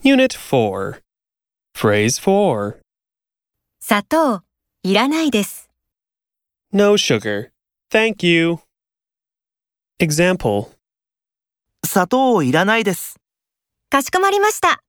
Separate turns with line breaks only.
Unit 4. Phrase 4.
砂糖、いらないです。
No sugar. Thank you. Example.
砂糖いらないです。
かしこまりました。